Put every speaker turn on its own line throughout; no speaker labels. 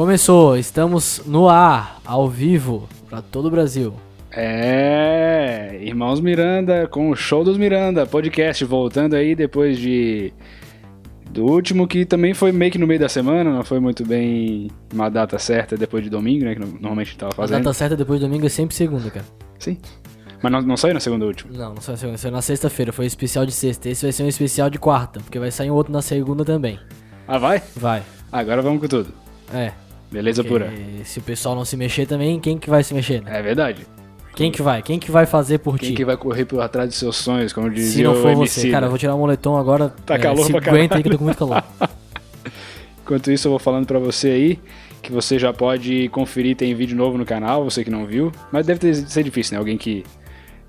Começou, estamos no ar, ao vivo, pra todo o Brasil.
É, Irmãos Miranda com o Show dos Miranda, podcast voltando aí depois de do último que também foi meio que no meio da semana, não foi muito bem uma data certa depois de domingo, né, que no- normalmente tava
A
fazendo.
data certa depois do domingo é sempre segunda, cara.
Sim. Mas não, não saiu na segunda última.
Não, não saiu segunda, saiu é na sexta-feira, foi especial de sexta. Esse vai ser um especial de quarta, porque vai sair um outro na segunda também.
Ah, vai?
Vai,
Agora vamos com tudo.
é.
Beleza pura.
porque se o pessoal não se mexer também, quem que vai se mexer, né?
É verdade.
Quem que vai? Quem que vai fazer por
Quem
ti?
que vai correr por atrás dos seus sonhos, como dizia
Se não
o
for
MC,
você, cara, eu vou tirar o moletom agora.
Tá calor
se
pra caralho.
aguenta aí que eu tô com muito calor.
Enquanto isso, eu vou falando pra você aí que você já pode conferir, tem vídeo novo no canal, você que não viu. Mas deve ter, ser difícil, né? Alguém que,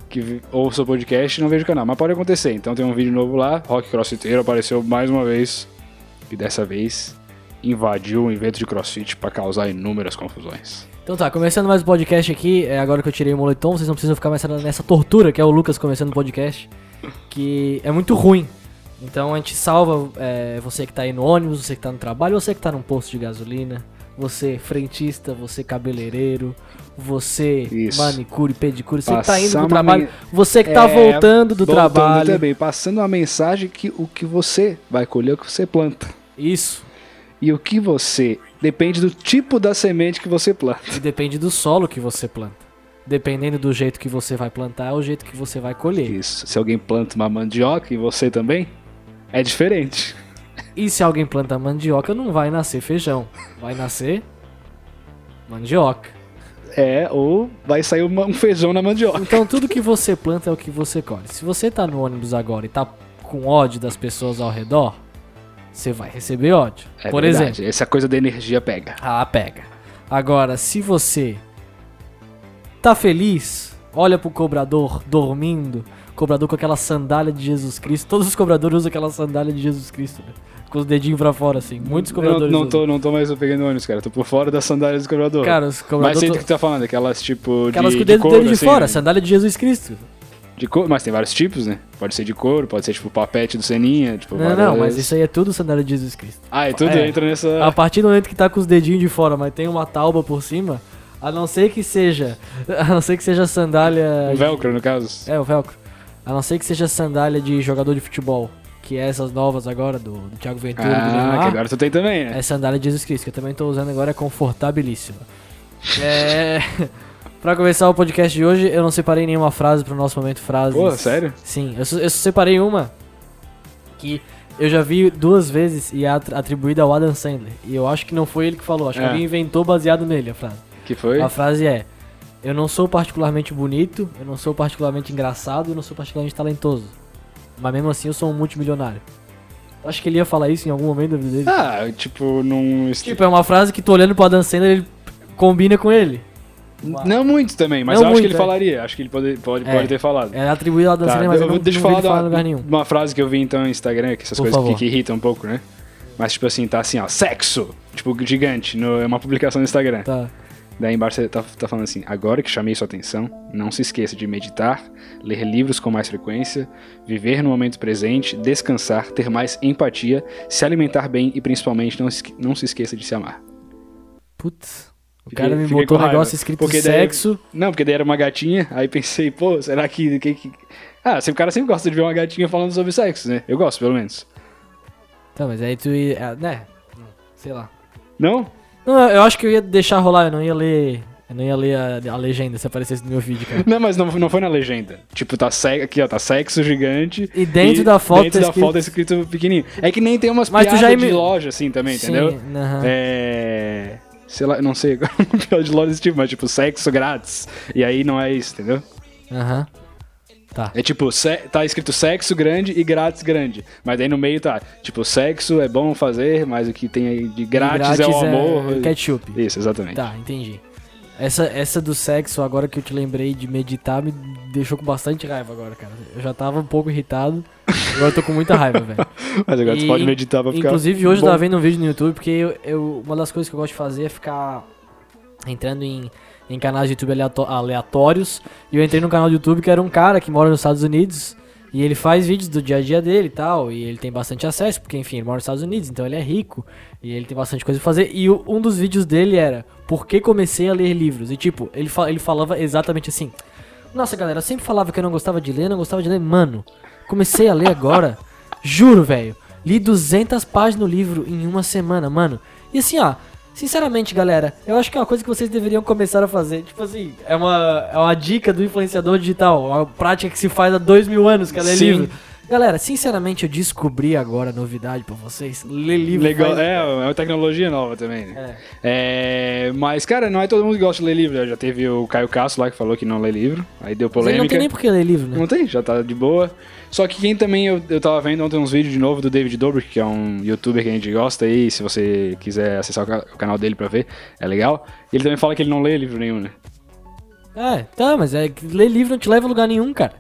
que vi- ouça o podcast e não veja o canal. Mas pode acontecer. Então tem um vídeo novo lá. Rock Crossfiteiro apareceu mais uma vez. E dessa vez invadiu um evento de crossfit pra causar inúmeras confusões.
Então tá, começando mais o podcast aqui, é agora que eu tirei o moletom, vocês não precisam ficar mais nessa tortura que é o Lucas começando o podcast, que é muito ruim. Então a gente salva é, você que tá aí no ônibus, você que tá no trabalho, você que tá num posto de gasolina, você frentista, você cabeleireiro, você
Isso.
manicure, pedicure, você que tá
Passar
indo pro
uma
trabalho,
men-
você que tá
É,
voltando do
voltando
trabalho.
também, passando uma mensagem que o que você vai colher é o que você planta.
Isso.
E o que você. Depende do tipo da semente que você planta.
E depende do solo que você planta. Dependendo do jeito que você vai plantar, é o jeito que você vai colher.
Isso. Se alguém planta uma mandioca e você também, é diferente.
E se alguém planta mandioca, não vai nascer feijão. Vai nascer mandioca.
É, ou vai sair uma- um feijão na mandioca.
Então tudo que você planta é o que você colhe. Se você tá no ônibus agora e tá com ódio das pessoas ao redor, você vai receber ódio.
É
Por
verdade,
exemplo,
Essa coisa da energia pega.
ah, pega. Agora, se você tá feliz, olha pro cobrador dormindo, cobrador com aquela sandália de Jesus Cristo. Todos os cobradores usam aquela sandália de Jesus Cristo, né? Com os dedinhos pra fora, assim. Muitos
Eu
cobradores
não, não,
usam.
tô, não tô mais pegando ônibus, cara. Tô por fora das sandálias do cobrador.
Cara, os cobradores...
mas sei do que tu tá falando, aquelas tipo
Aquelas
de,
com o
de
dedo
couro,
dele de
assim,
fora,
né?
sandália de Jesus Cristo.
De couro, mas tem vários tipos, né? Pode ser de couro, pode ser tipo papete do Seninha, tipo...
Não,
várias-
não, mas isso aí é tudo sandália de Jesus Cristo.
Ah, e tudo
É.
entra nessa...
A partir do momento que tá com os dedinhos de fora, mas tem uma tauba por cima, a não ser que seja. A não ser que seja sandália.
um velcro, no caso.
É, o velcro. A não ser que seja sandália de jogador de futebol. Que é essas novas agora, do, do Thiago Ventura, do
ah, que
Neymar.
agora tu tem também, né?
É sandália de Jesus Cristo, que eu também tô usando agora, é confortabilíssima. É. pra começar o podcast de hoje, eu não separei nenhuma frase pro nosso momento frases.
Pô, sério?
Sim, eu, só- eu só separei uma que eu já vi duas vezes e é atr- atribuída ao Adam Sandler. E eu acho que não foi ele que falou, acho que
É.
alguém inventou baseado nele a frase.
Que foi?
A frase é: Eu não sou particularmente bonito, eu não sou particularmente engraçado, eu não sou particularmente talentoso. Mas mesmo assim eu sou um multimilionário. Acho que ele ia falar isso em algum momento da vida dele.
Ah, tipo, num...
Tipo, é uma frase que tu olhando pro Adam Sandler, ele combina com ele.
Não muito também, mas
Não
eu acho
muito,
que ele
é.
falaria. Acho que ele pode, pode,
É.
pode ter falado.
É atribuído ao Adam
Tá,
Sandler, mas
eu
eu não,
vou- deixa eu
não vi
falar
ele
da-
falar em lugar nenhum.
uma frase que eu vi então no Instagram, que essas
Por
coisas que,
favor.
que irritam um pouco, né? Mas tipo assim, tá assim, ó, sexo! Tipo, gigante, no- é uma publicação no Instagram.
Tá.
Daí embaixo você tá, tá falando assim, agora que chamei sua atenção, não se esqueça de meditar, ler livros com mais frequência, viver no momento presente, descansar, ter mais empatia, se alimentar bem e principalmente não, esque- não se esqueça de se amar.
Putz. O
Fiquei-
cara me
fiquei
botou um
com raiva,
negócio escrito
porque daí-
sexo.
Não, porque daí era uma gatinha, aí pensei, pô, será que. que- que- Ah, sempre- o cara sempre gosta de ver uma gatinha falando sobre sexo, né? Eu gosto, pelo menos.
Tá, mas aí tu ia. é, Né? Sei lá.
Não?
Não, eu- eu acho que eu ia deixar rolar, eu não ia ler. Eu não ia ler a, a legenda se aparecesse no meu vídeo, cara.
Não, mas não, não foi na legenda. Tipo, tá sexo, aqui, ó, tá sexo gigante.
E dentro da foto
Dentro
tá
da foto é escrito pequenininho. É que nem tem umas
Mas tu
piadas
já
de
ime-
loja, assim, também, entendeu?
Sim, aham.
É... Sei lá, não sei agora uma piada de loja desse tipo, mas tipo, sexo grátis. E aí não é isso, entendeu?
aham. Tá.
É tipo, se- tá escrito sexo grande e grátis grande. Mas daí no meio tá, tipo, sexo é bom fazer, mas o que tem aí de grátis, é o amor.
ketchup.
Isso, exatamente.
Tá, entendi. Essa, essa do sexo, agora que eu te lembrei de meditar, me deixou com bastante raiva agora, cara. Eu já tava um pouco irritado, agora eu tô com muita raiva, velho.
Mas agora
E,
tu pode meditar pra ficar.
Inclusive, hoje
bom.
eu tava vendo um vídeo no YouTube, porque eu, eu- uma das coisas que eu gosto de fazer é ficar entrando em, em canais de YouTube aleato- aleatórios. E eu entrei num canal de YouTube que era um cara que mora nos Estados Unidos. E ele faz vídeos do dia a dia dele e tal, e ele tem bastante acesso, porque enfim, ele mora nos Estados Unidos, então ele é rico, e ele tem bastante coisa pra fazer. E o- um dos vídeos dele era Por que comecei a ler livros? E tipo, ele, fa- ele falava exatamente assim: Nossa galera, eu sempre falava que eu não gostava de ler, não gostava de ler, mano, comecei a ler agora, juro velho, li 200 páginas no livro em uma semana, mano. E assim, ó, Sinceramente, galera, eu acho que é uma coisa que vocês deveriam começar a fazer. Tipo assim, é uma, é uma dica do influenciador digital, uma prática que se faz há dois mil anos, que é ler
Sim.
livro. Galera, sinceramente, eu descobri agora a novidade pra vocês. Ler livro
Legal,
faz-
é, é uma tecnologia nova também, né?
É.
É, mas, cara, não é todo mundo que gosta de ler livro. Já teve o Caio Castro lá que falou que não lê livro. Aí deu
Mas Ele
polêmica.
não tem nem por que ler livro, né?
Não tem, já tá de boa. Só que quem também eu, eu tava vendo ontem uns vídeos de novo do David Dobrik, que é um youtuber que a gente gosta aí, se você quiser acessar o, ca- o canal dele pra ver, é legal. Ele também fala que ele não lê livro nenhum, né?
É, tá, mas é que ler livro não te leva a lugar nenhum, cara.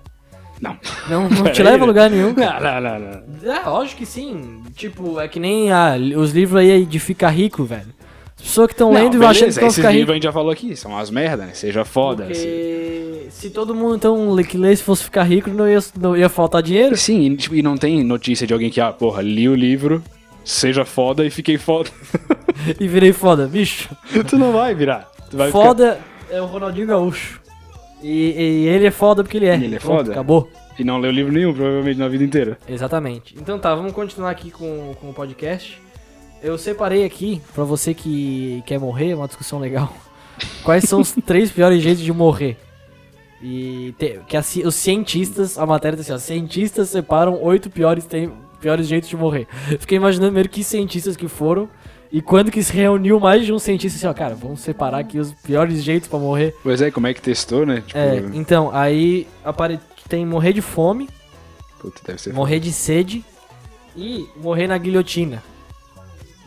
Não.
Não, não te
Peraí,
leva
né?
a lugar nenhum.
Não, não, não, não.
É, lógico que sim. Tipo, é que nem ah, os livros aí de ficar rico, velho. As pessoas que estão
Não,
lendo e
beleza,
achando que vão
esses
ficar
livros
rico.
a gente já falou aqui, são umas merda, né? Seja
é
foda. assim. se-
Porque se todo mundo então le- que lesse fosse ficar rico, não ia, não ia faltar dinheiro.
Sim, e, tipo, e não tem notícia de alguém que, ah, porra, li o livro, seja foda e fiquei foda.
e virei foda, bicho.
tu não vai virar. Tu vai
foda é o Ronaldinho Gaúcho. E, e ele é foda porque ele é.
E ele é
Pronto,
foda?
Acabou.
Ficar... E não leu livro nenhum, provavelmente, na vida inteira.
Exatamente. Então tá, vamos continuar aqui com, com o podcast. Eu separei aqui, pra você que quer morrer, é uma discussão legal. Quais são os três piores jeitos de morrer? E te- que a ci- os cientistas, a matéria tá assim, ó, cientistas separam oito piores, tem- piores jeitos de morrer. Fiquei imaginando primeiro que cientistas que foram e quando que se reuniu mais de um cientista assim, ó, cara, vamos separar aqui os piores jeitos pra morrer.
Pois é, como é que testou, né? Tipo,
É, então, aí apare- tem morrer de fome,
puta, deve ser
morrer de sede e morrer na guilhotina.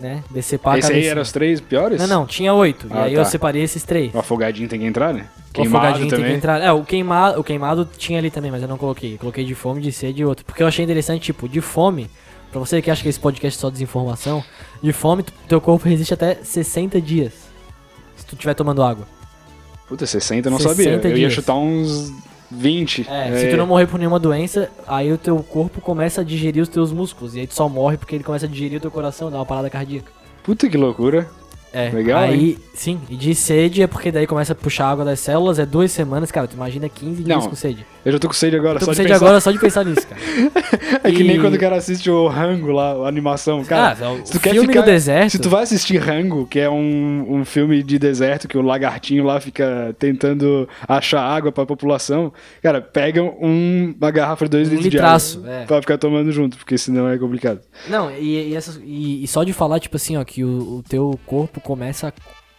Né? Decepar a
Esse aí
cabeça.
eram os três piores?
Não, não, tinha oito. e
Ah,
aí
tá.
eu separei esses três.
O afogadinho tem que entrar, né?
O
Queimado
afogadinho tem que
também.
entrar. É, o queimado, o queimado tinha ali também, mas eu não coloquei. Eu Coloquei de fome, de sede e outro. Porque eu achei interessante, tipo, de fome. Pra você que acha que esse podcast é só desinformação, de fome, tu- teu corpo resiste até 60 dias. Se tu estiver tomando água.
Puta, 60 eu não
60
sabia. Eu ia
dias.
chutar uns 20.
É, se tu não morrer por nenhuma doença, aí o teu corpo começa a digerir os teus músculos. E aí tu só morre porque ele começa a digerir o teu coração, dá uma parada cardíaca.
Puta que loucura.
É,
Legal,
aí, sim, e de sede é porque daí começa a puxar a água das células, é duas semanas, cara, tu imagina 15 dias
Não,
com sede.
Eu já tô com sede agora,
Tô
só
com
de
sede
pensar.
agora só de pensar nisso, cara.
É que nem
E-
quando o cara assiste o Rango lá, a animação, cara.
ah, o
se tu quer
filme
ficar-
no deserto,
Se tu vai assistir Rango, que é um, um filme de deserto que o lagartinho lá fica tentando achar água pra população, cara, pega um- uma garrafa de 2
Um
litros
litraço,
de água
é.
pra ficar tomando junto, porque senão é complicado.
Não, e, e essas- e- e só de falar, tipo assim, ó, que o, o teu corpo começa a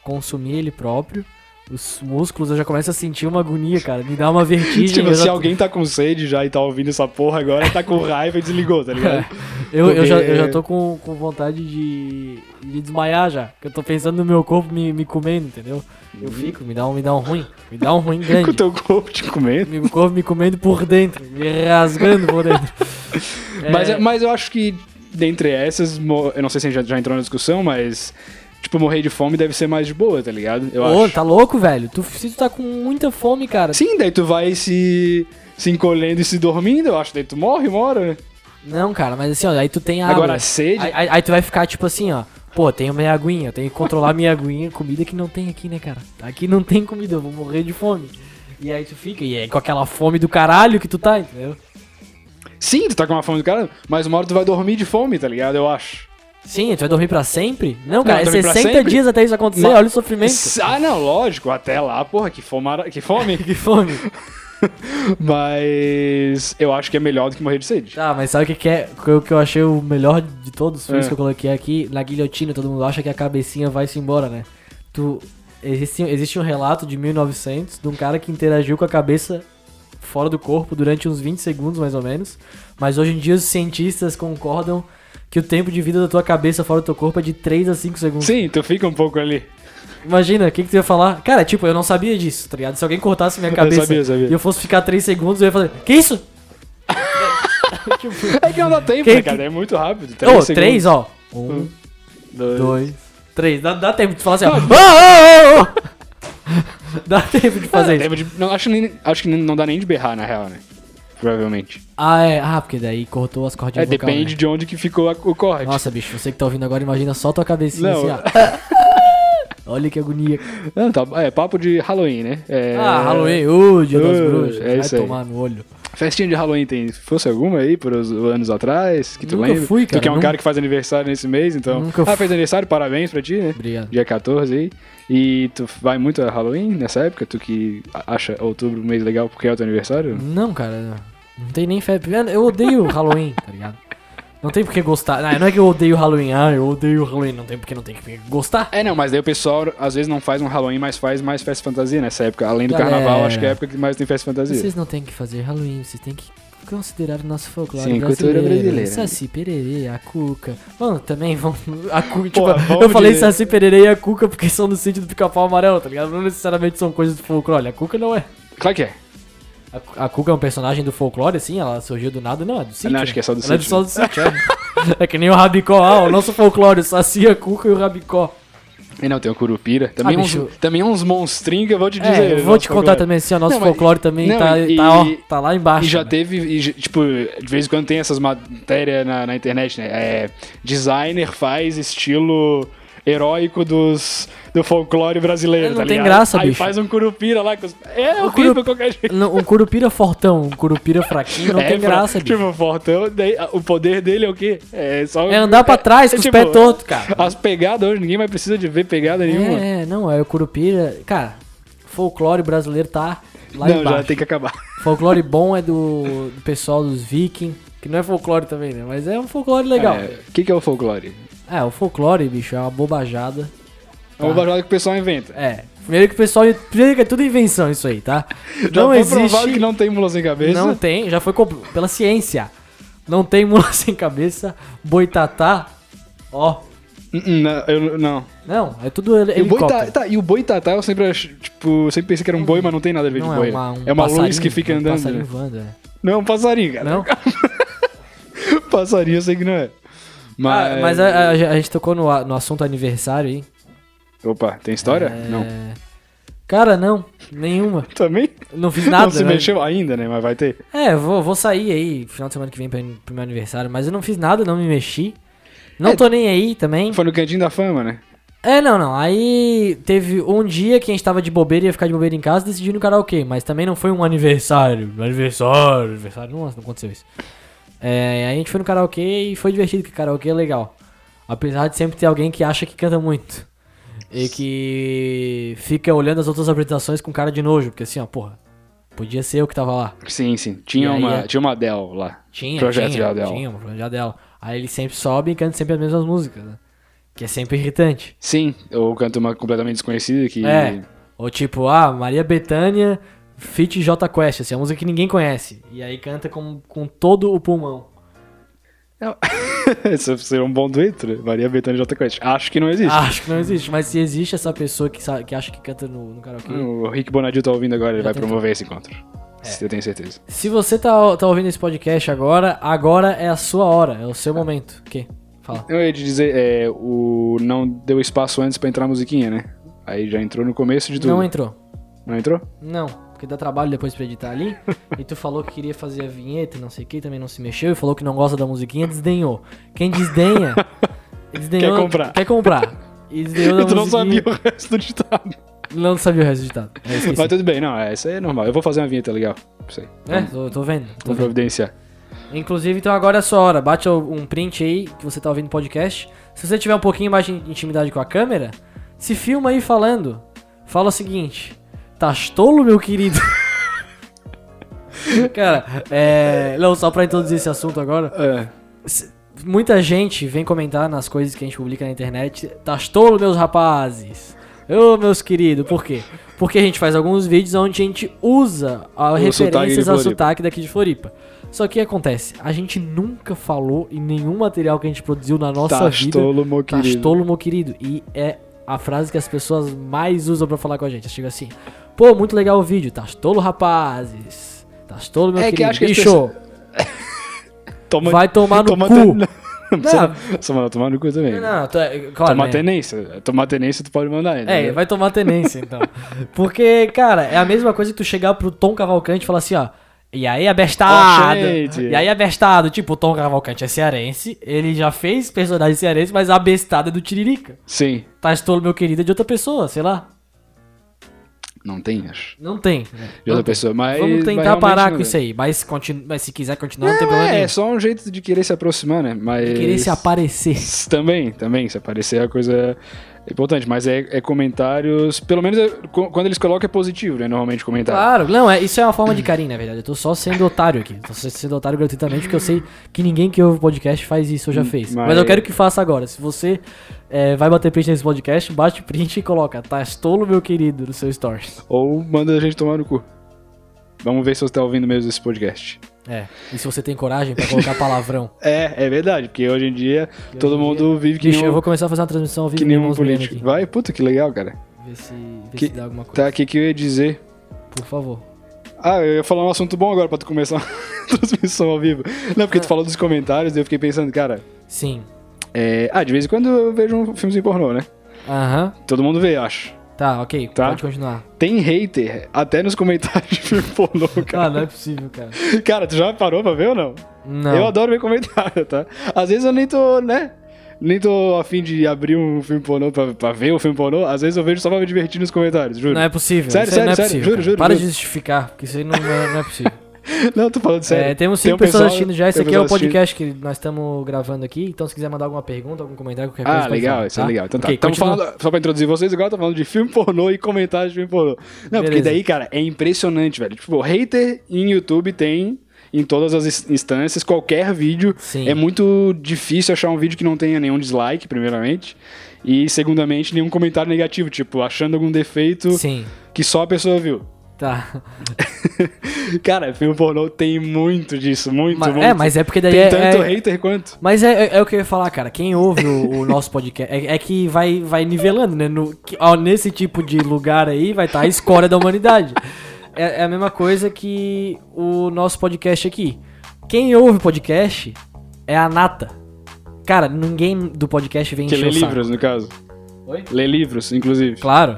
consumir ele próprio, os músculos, eu já começo a sentir uma agonia, cara, me dá uma vertigem.
Tipo,
eu já-
se alguém tá com sede já e tá ouvindo essa porra agora, tá com raiva e desligou, tá ligado?
Eu, eu, já,
Porque-
eu já tô com, com vontade de, de desmaiar já. Porque eu tô pensando no meu corpo me, me comendo, entendeu? Eu
Uhum.
fico, me dá um, me dá um ruim. Me dá um ruim
Com o
grande.
teu corpo te comendo.
Meu corpo me comendo por dentro, me rasgando por dentro.
Mas,
é,
mas eu acho que, dentre essas, mo- eu não sei se a gente já, já entrou na discussão, mas, tipo, morrer de fome deve ser mais de boa, tá ligado? Eu
Ô,
acho.
tá louco, velho? Tu, se tu tá com muita fome, cara.
Sim, daí tu vai se, se encolhendo e se dormindo, eu acho. Daí tu morre, mora, né?
Não, cara, mas assim, ó, aí tu tem água.
Agora, a sede.
aí, aí- aí tu vai ficar tipo assim, ó. Pô, tenho minha aguinha, eu tenho que controlar minha aguinha, comida que não tem aqui, né, cara? Aqui não tem comida, eu vou morrer de fome. E aí tu fica, e é com aquela fome do caralho que tu tá, entendeu?
Sim, tu tá com uma fome do cara, mas uma hora tu vai dormir de fome, tá ligado? Eu acho.
Sim, tu vai dormir pra sempre? Não, cara, é
dormir pra
60
sempre?
dias até isso acontecer,
Mas-
olha o sofrimento.
Ah, não, lógico, até lá, porra, que fome. Que fome.
Que fome.
mas eu acho que é melhor do que morrer de sede.
Tá, mas sabe o que, que é? que- O que eu achei o melhor de todos os filmes
É.
que eu coloquei aqui? Na guilhotina, todo mundo acha que a cabecinha vai-se embora, né? Tu. Existe, existe um relato de 1900 de um cara que interagiu com a cabeça fora do corpo durante uns 20 segundos, mais ou menos. Mas hoje em dia os cientistas concordam que o tempo de vida da tua cabeça fora do teu corpo é de 3 a 5 segundos.
Sim, tu fica um pouco ali.
Imagina, o que, que tu ia falar? Cara, tipo, eu não sabia disso, tá ligado? Se alguém cortasse minha cabeça
sabia, eu sabia.
e eu fosse ficar 3 segundos, eu ia fazer. Que isso? tipo,
É que não dá tempo,
Que-
né, cara? É muito rápido.
Ô,
segundos, Hum.
três, ó. Um,
dois.
dois, três. Dá, dá tempo de falar assim, ó. Ah, ah, ah, ah. dá tempo de
Ah,
fazer isso.
tempo de- não, acho, nem- acho que nem- não dá nem de berrar, na real, né? provavelmente.
Ah, é. Ah, porque daí cortou as
É,
cordinhas vocal,
depende
né?
de onde é que ficou a- o corte.
Nossa, bicho, você que tá ouvindo agora, imagina só tua cabecinha
Não.
assim, ó. Olha que agonia.
Não, tá- é papo de Halloween, né? É,
Ah, Halloween, ô, dia das
Ô,
bruxas.
é
Vai
isso aí.
tomar no olho.
Festinha de Halloween tem. Fosse alguma aí, por os anos atrás? Que tu
Nunca
lembra?
fui, cara,
Tu que é um
nunca-
cara que faz aniversário nesse mês, então.
Nunca
ah,
fui.
fez aniversário, parabéns pra ti, né?
Obrigado.
Dia 14 aí. E tu vai muito a Halloween nessa época? Tu que acha outubro um mês legal porque é o teu aniversário?
Não, cara, não tem nem fé. Primeiro, Eu odeio Halloween, tá ligado? Não tem por que gostar. Não, não é que eu odeio Halloween. Ah, eu odeio Halloween. Não tem porque não tem que gostar.
É, não, mas daí o pessoal às vezes não faz um Halloween, mas faz mais festa fantasia nessa época. Além do
Galera.
carnaval, acho que é a época que mais tem festa fantasia.
Vocês não tem que fazer Halloween. Vocês têm que considerar o nosso folclore
Sim, cultura
brasileiro.
brasileira.
Saci Pererê, a Cuca. Mano, também vão... A Cuca, tipo,
Porra, vamos
eu falei
dizer.
Saci Pererê e a Cuca porque são do sítio do Pica-Pau Amarelo, tá ligado? Não necessariamente são coisas do folclore. A Cuca não é.
Claro que é.
A, Cu- a Cuca é um personagem do folclore, assim? Ela surgiu do nada? Não, é do sítio.
Não, acho que é só do
Ela é
sítio.
só do sítio, é. É que nem o Rabicó. Ah, o nosso folclore, o Saci, a Cuca e o Rabicó.
E não, tem o Curupira. Também, uns,
Ah, bicho.
também uns monstrinhos que eu vou
É,
te dizer.
eu vou te
nosso
contar
folclore.
também, assim, ó, nosso
Não, mas-
folclore também
não,
tá,
e-
tá, ó, tá lá embaixo.
E já
né?
teve, e já- tipo, de vez em quando tem essas matérias na, na internet, né? É, designer faz estilo heróico dos, do folclore brasileiro,
É, não
tá
tem
ligado?
graça,
Aí
bicho.
faz um curupira lá. Com os... É
O
horrível
curup-
qualquer jeito.
Não, um curupira fortão, um curupira fraquinho, não
É,
tem
pra-
graça, bicho.
Tipo, Fortão, daí, a- o poder dele é o quê? É tipo, só...
É andar pra trás com os pés tortos, cara.
As pegadas hoje, ninguém mais precisa de ver pegada nenhuma.
É, não, é o curupira... Cara, folclore brasileiro tá lá
não,
embaixo.
já tem que acabar.
Folclore bom é do, do pessoal dos vikings, que não é folclore também, né? Mas é um folclore legal.
É, O que, que é o folclore?
É, o folclore, bicho, é uma bobajada.
É uma bajada que o pessoal inventa.
É, primeiro que o pessoal. Primeiro que é tudo invenção isso aí, tá?
Já
não
foi
existe.
provado que não tem mula sem cabeça.
não tem, já foi compro- pela ciência. Não tem mula sem cabeça, boitatá. Ó,
Hum, Não, eu, não.
não, é tudo hel-
E o, boi tá,
helicóptero.
tá, e o boi tatá, eu sempre, ach- tipo, sempre pensei que era um boi, mas não tem nada a ver
Não
de
é
boi.
uma,
né?
um
é uma luz
passarinho,
que fica
é um
andando.
Passarinho
né?
voando, é.
Não, é um passarinho, cara.
Não?
passarinho eu sei que não é. Mas.
Ah, mas a, a- a gente tocou no, a- no assunto aniversário aí.
Opa, tem história?
É,
Não.
Cara, não, nenhuma.
Também?
Não fiz nada.
não se
né?
mexeu ainda, né? Mas vai ter.
É, vou, vou sair aí final de semana que vem pra- pro meu aniversário, mas eu não fiz nada, não me mexi. Não
É.
tô nem aí também.
Foi no cantinho da fama, né?
É, não, não. Aí teve um dia que a gente tava de bobeira e ia ficar de bobeira em casa, decidi ir no karaokê, mas também não foi um aniversário. Aniversário, aniversário. Nossa, não aconteceu isso. É, aí a gente foi no karaokê e foi divertido, porque karaokê é legal. Apesar de sempre ter alguém que acha que canta muito. E que fica olhando as outras apresentações com cara de nojo, porque assim, ó, porra, podia ser eu que tava lá.
Sim, sim.
E
Tinha,
aí
uma,
é-
tinha uma Dell lá.
Tinha,
Projeto
tinha,
Jardel.
tinha, um projeto Jardel. Aí ele sempre sobe e canta sempre as mesmas músicas, né? Que é sempre irritante.
Sim, eu canto uma completamente desconhecida que.
É. Ou tipo, ah, Maria Bethânia, feat J Quest, assim, é uma música que ninguém conhece. E aí canta com, com todo o pulmão.
Isso seria um bom dueto, né? Maria Bethânia J. Quest. Acho que não existe.
Ah, Acho que não existe, mas se existe essa pessoa que, sa- que acha que canta no, no karaokê.
O Rick Bonadil tá ouvindo agora, ele
Já É.
vai
tentou.
promover esse encontro. Eu tenho certeza.
Se você tá, tá ouvindo esse podcast agora, agora é a sua hora, é o seu momento. O quê? Fala.
Eu ia te dizer, é, o não deu espaço antes pra entrar a musiquinha, né? Aí já entrou no começo de tudo.
Não entrou.
Não entrou?
Não, porque dá trabalho depois pra editar ali. e tu falou que queria fazer a vinheta, e não sei o que, também não se mexeu. E falou que não gosta da musiquinha, desdenhou. Quem desdenha. desdenhou-
Quer comprar.
Quer comprar. E desdenhou da
tu não
musiquinha.
sabia o resto do ditado.
Não sabia o resultado. É, esqueci.
Mas tudo bem, não, é, isso aí é normal. Eu vou fazer uma vinheta legal. Isso aí.
É, tô, tô vendo. tô
Vou
vendo.
providenciar.
Inclusive, então agora é a sua hora. Bate um print aí que você tá ouvindo o podcast. Se você tiver um pouquinho mais de intimidade com a câmera, se filma aí falando. Fala o seguinte: Tá tolo, meu querido? Cara, é. Não, só pra introduzir esse assunto agora.
É.
S- Muita gente vem comentar nas coisas que a gente publica na internet. Tá tolo, meus rapazes. Ô, meus queridos, por quê? Porque a gente faz alguns vídeos onde a gente usa a
O sotaque de
referências ao
Floripa.
sotaque daqui de Floripa. Só que o que acontece? A gente nunca falou em nenhum material que a gente produziu na nossa
Tá
vida.
tolo, meu
Tá
querido.
tolo, meu querido. E é a frase que as pessoas mais usam pra falar com a gente. Chega assim: pô, muito legal o vídeo. Tá tolo, rapazes. Tá tolo, meu
É que
querido.
acho que as
Bicho,
pessoas- Toma,
vai tomar no
toma
cu.
ten- Não,
Não.
precisa- só mandar tomar no cu também.
Não, não, tu é- claro,
Tomar
né?
tenência. Tomar tenência tu pode mandar, né?
É, vai tomar tenência, então. Porque, cara, é a mesma coisa que tu chegar pro Tom Cavalcante e falar assim, ó. E aí abestado.
Ó, gente.
e aí abestado. Tipo, o Tom Cavalcante é cearense. Ele já fez personagem cearense, mas a bestada é do Tiririca.
Sim.
Tastolo, meu querido, é de outra pessoa, sei lá.
Não tem, acho.
Não tem.
De outra pessoa. Mas,
Vamos
mas
tentar
realmente
parar
não
com
é.
isso aí. Mas, continu... mas se quiser continuar, não, tem
Não,
problema
é, é
nenhum.
só um jeito de querer se aproximar, né? Mas...
Querer se aparecer.
Também, também. Se aparecer é a coisa importante. Mas é, é comentários. Pelo menos é- co- quando eles colocam é positivo, né? Normalmente comentário.
Claro, não, é, isso é uma forma de carinho, na verdade. Eu tô só sendo otário aqui. Tô só sendo otário gratuitamente, porque eu sei que ninguém que ouve podcast faz isso ou já fez. Mas,
Hum, mas-
eu quero que faça agora. Se você é, vai bater print nesse podcast, bate print e coloca, tá estolo, meu querido, no seu stories.
Ou manda a gente tomar no cu. Vamos ver se você tá ouvindo mesmo esse podcast.
É. E se você tem coragem pra colocar palavrão.
É, é verdade, porque hoje em dia todo
hoje em
mundo vive que
Bicho,
nem
eu
um,
vou começar a fazer uma transmissão ao vivo
que
com
nem um
irmãos Leme
político. Vai, puta, que legal, cara.
aqui. Ver se, ver
Que-
se dá alguma coisa.
Tá, o que, que eu ia dizer?
Por favor.
Ah, eu ia falar um assunto bom agora pra tu começar a transmissão ao vivo. Não,
É.
porque tu falou dos comentários e eu fiquei pensando, cara.
Sim.
é, Ah, de vez em quando eu vejo um filmezinho pornô, né?
Aham.
Todo mundo vê, acho.
Tá, ok.
Tá.
Pode continuar.
Tem hater até nos comentários de filme pornô,
Ah,
cara.
não é possível, cara.
Cara, tu já parou pra ver ou não?
Não.
Eu adoro ver comentário, tá? Às vezes eu nem tô, né? Nem tô afim de abrir um filme pornô pra, pra ver o filme pornô. Às vezes eu vejo só pra me divertir nos comentários, juro.
Não é possível.
Sério,
isso aí não é
sério, sério,
possível. cara.
juro, juro,
Para
juro.
de justificar, porque isso aí não é, não é possível.
Não, tô falando sério.
É, temos
Tem
cinco
um
pessoas
pessoal-
assistindo já. Esse
tem um
aqui é o
pessoal
podcast que nós estamos gravando aqui. Então, se quiser mandar alguma pergunta, algum comentário, qualquer coisa.
Ah,
pode
legal,
falar,
isso é
tá?
legal. Então tá.
Ok,
Tamo
continua.
falando, só pra introduzir vocês, agora tô falando de filme pornô e comentários de filme pornô. Não, porque
Beleza.
daí, cara, é impressionante, velho. Tipo, hater em YouTube tem em todas as ins- instâncias, qualquer vídeo.
Sim.
É muito difícil achar um vídeo que não tenha nenhum dislike, primeiramente. E, segundamente, nenhum comentário negativo, tipo, achando algum defeito
Sim,
que só a pessoa viu.
tá.
Então Cara, filme pornô tem muito disso, muito,
Ma-
muito.
é, mas é porque daí
Tem
é.
tanto
é-
hater quanto.
Mas é, é- é o que eu ia falar, cara. Quem ouve o, o nosso podcast é, é que vai, vai nivelando, né? No, que- ó, nesse tipo de lugar aí vai estar a escória da humanidade. É, é a mesma coisa que o nosso podcast aqui. Quem ouve podcast é a nata. Cara, ninguém do podcast vem
Que
encher
lê
o saco.
livros, no caso.
Oi?
Lê livros, inclusive.
Claro.